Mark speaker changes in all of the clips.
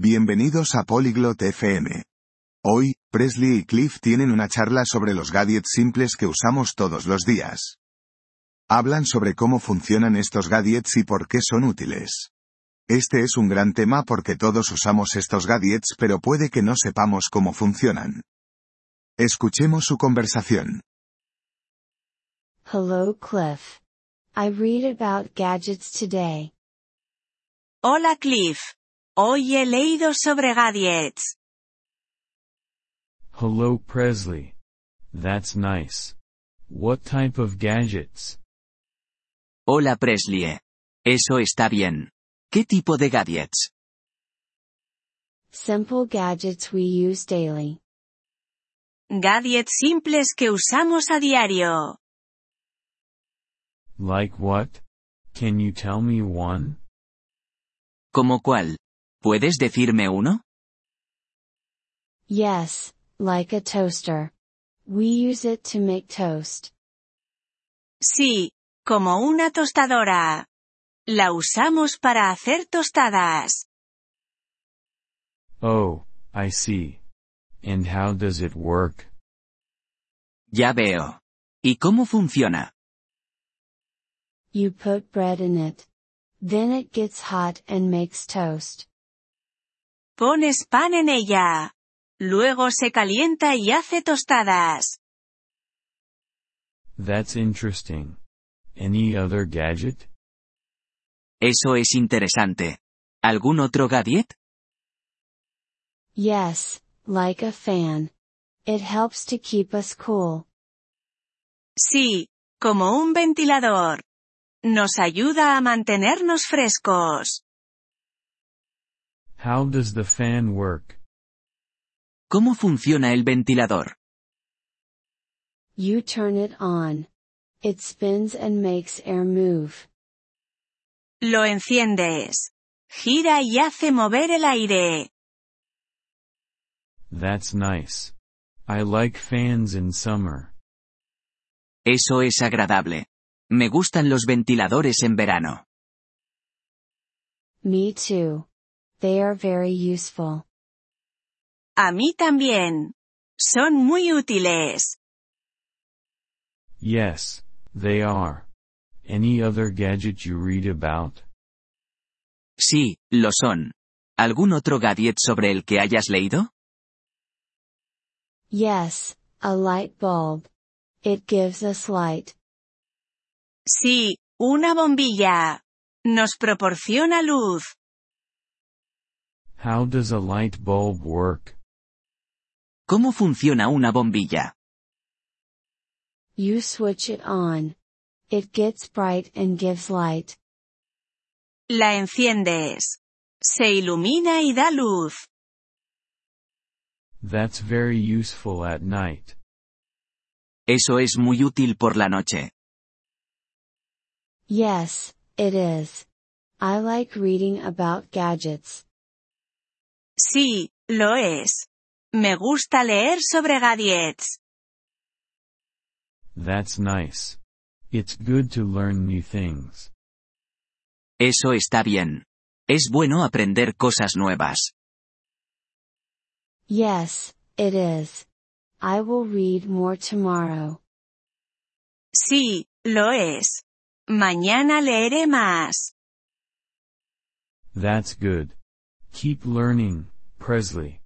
Speaker 1: Bienvenidos a Polyglot FM. Hoy, Presley y Cliff tienen una charla sobre los gadgets simples que usamos todos los días. Hablan sobre cómo funcionan estos gadgets y por qué son útiles. Este es un gran tema porque todos usamos estos gadgets pero puede que no sepamos cómo funcionan. Escuchemos su conversación.
Speaker 2: Hello, Cliff. I read about gadgets today.
Speaker 3: Hola Cliff. Hoy he leído sobre gadgets.
Speaker 4: Hello Presley. That's nice. What type of gadgets?
Speaker 5: Hola Presley. Eso está bien. ¿Qué tipo de gadgets?
Speaker 2: Simple gadgets we use daily.
Speaker 3: Gadgets simples que usamos a diario.
Speaker 4: Like what? Can you tell me one?
Speaker 5: ¿Como cuál? ¿Puedes decirme uno?
Speaker 2: Yes, like a toaster. We use it to make toast.
Speaker 3: Sí, como una tostadora. La usamos para hacer tostadas.
Speaker 4: Oh, I see. And how does it work?
Speaker 5: Ya veo. ¿Y cómo funciona?
Speaker 2: You put bread in it. Then it gets hot and makes toast.
Speaker 3: Pones pan en ella. Luego se calienta y hace tostadas.
Speaker 4: That's interesting. Any other gadget?
Speaker 5: Eso es interesante. ¿Algún otro gadget?
Speaker 2: Yes, like a fan. It helps to keep us cool.
Speaker 3: Sí, como un ventilador. Nos ayuda a mantenernos frescos.
Speaker 4: How does the fan work?
Speaker 5: ¿Cómo funciona el ventilador?
Speaker 2: You turn it on. It spins and makes air move.
Speaker 3: Lo enciendes. Gira y hace mover el aire.
Speaker 4: That's nice. I like fans in summer.
Speaker 5: Eso es agradable. Me gustan los ventiladores en verano.
Speaker 2: Me too. They are very useful.
Speaker 3: A mí también. Son muy útiles.
Speaker 4: Yes, they are. Any other gadget you read about?
Speaker 5: Sí, lo son. ¿Algún otro gadget sobre el que hayas leído?
Speaker 2: Yes, a light bulb. It gives us light.
Speaker 3: Sí, una bombilla. Nos proporciona luz.
Speaker 4: How does a light bulb work?
Speaker 5: ¿Cómo funciona una bombilla?
Speaker 2: You switch it on. It gets bright and gives light.
Speaker 3: La enciendes. Se ilumina y da luz.
Speaker 4: That's very useful at night.
Speaker 5: Eso es muy útil por la noche.
Speaker 2: Yes, it is. I like reading about gadgets.
Speaker 3: Sí, lo es. Me gusta leer sobre gadgets.
Speaker 4: That's nice. It's good to learn new things.
Speaker 5: Eso está bien. Es bueno aprender cosas nuevas.
Speaker 2: Yes, it is. I will read more tomorrow.
Speaker 3: Sí, lo es. Mañana leeré más.
Speaker 4: That's good. Keep learning, Presley.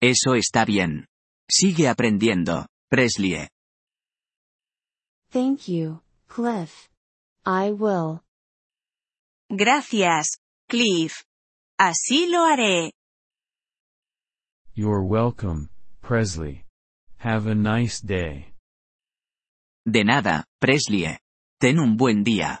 Speaker 5: Eso está bien. Sigue aprendiendo, Presley.
Speaker 2: Thank you, Cliff. I will.
Speaker 3: Gracias, Cliff. Así lo haré.
Speaker 4: You're welcome, Presley. Have a nice day.
Speaker 5: De nada, Presley. Ten un buen día.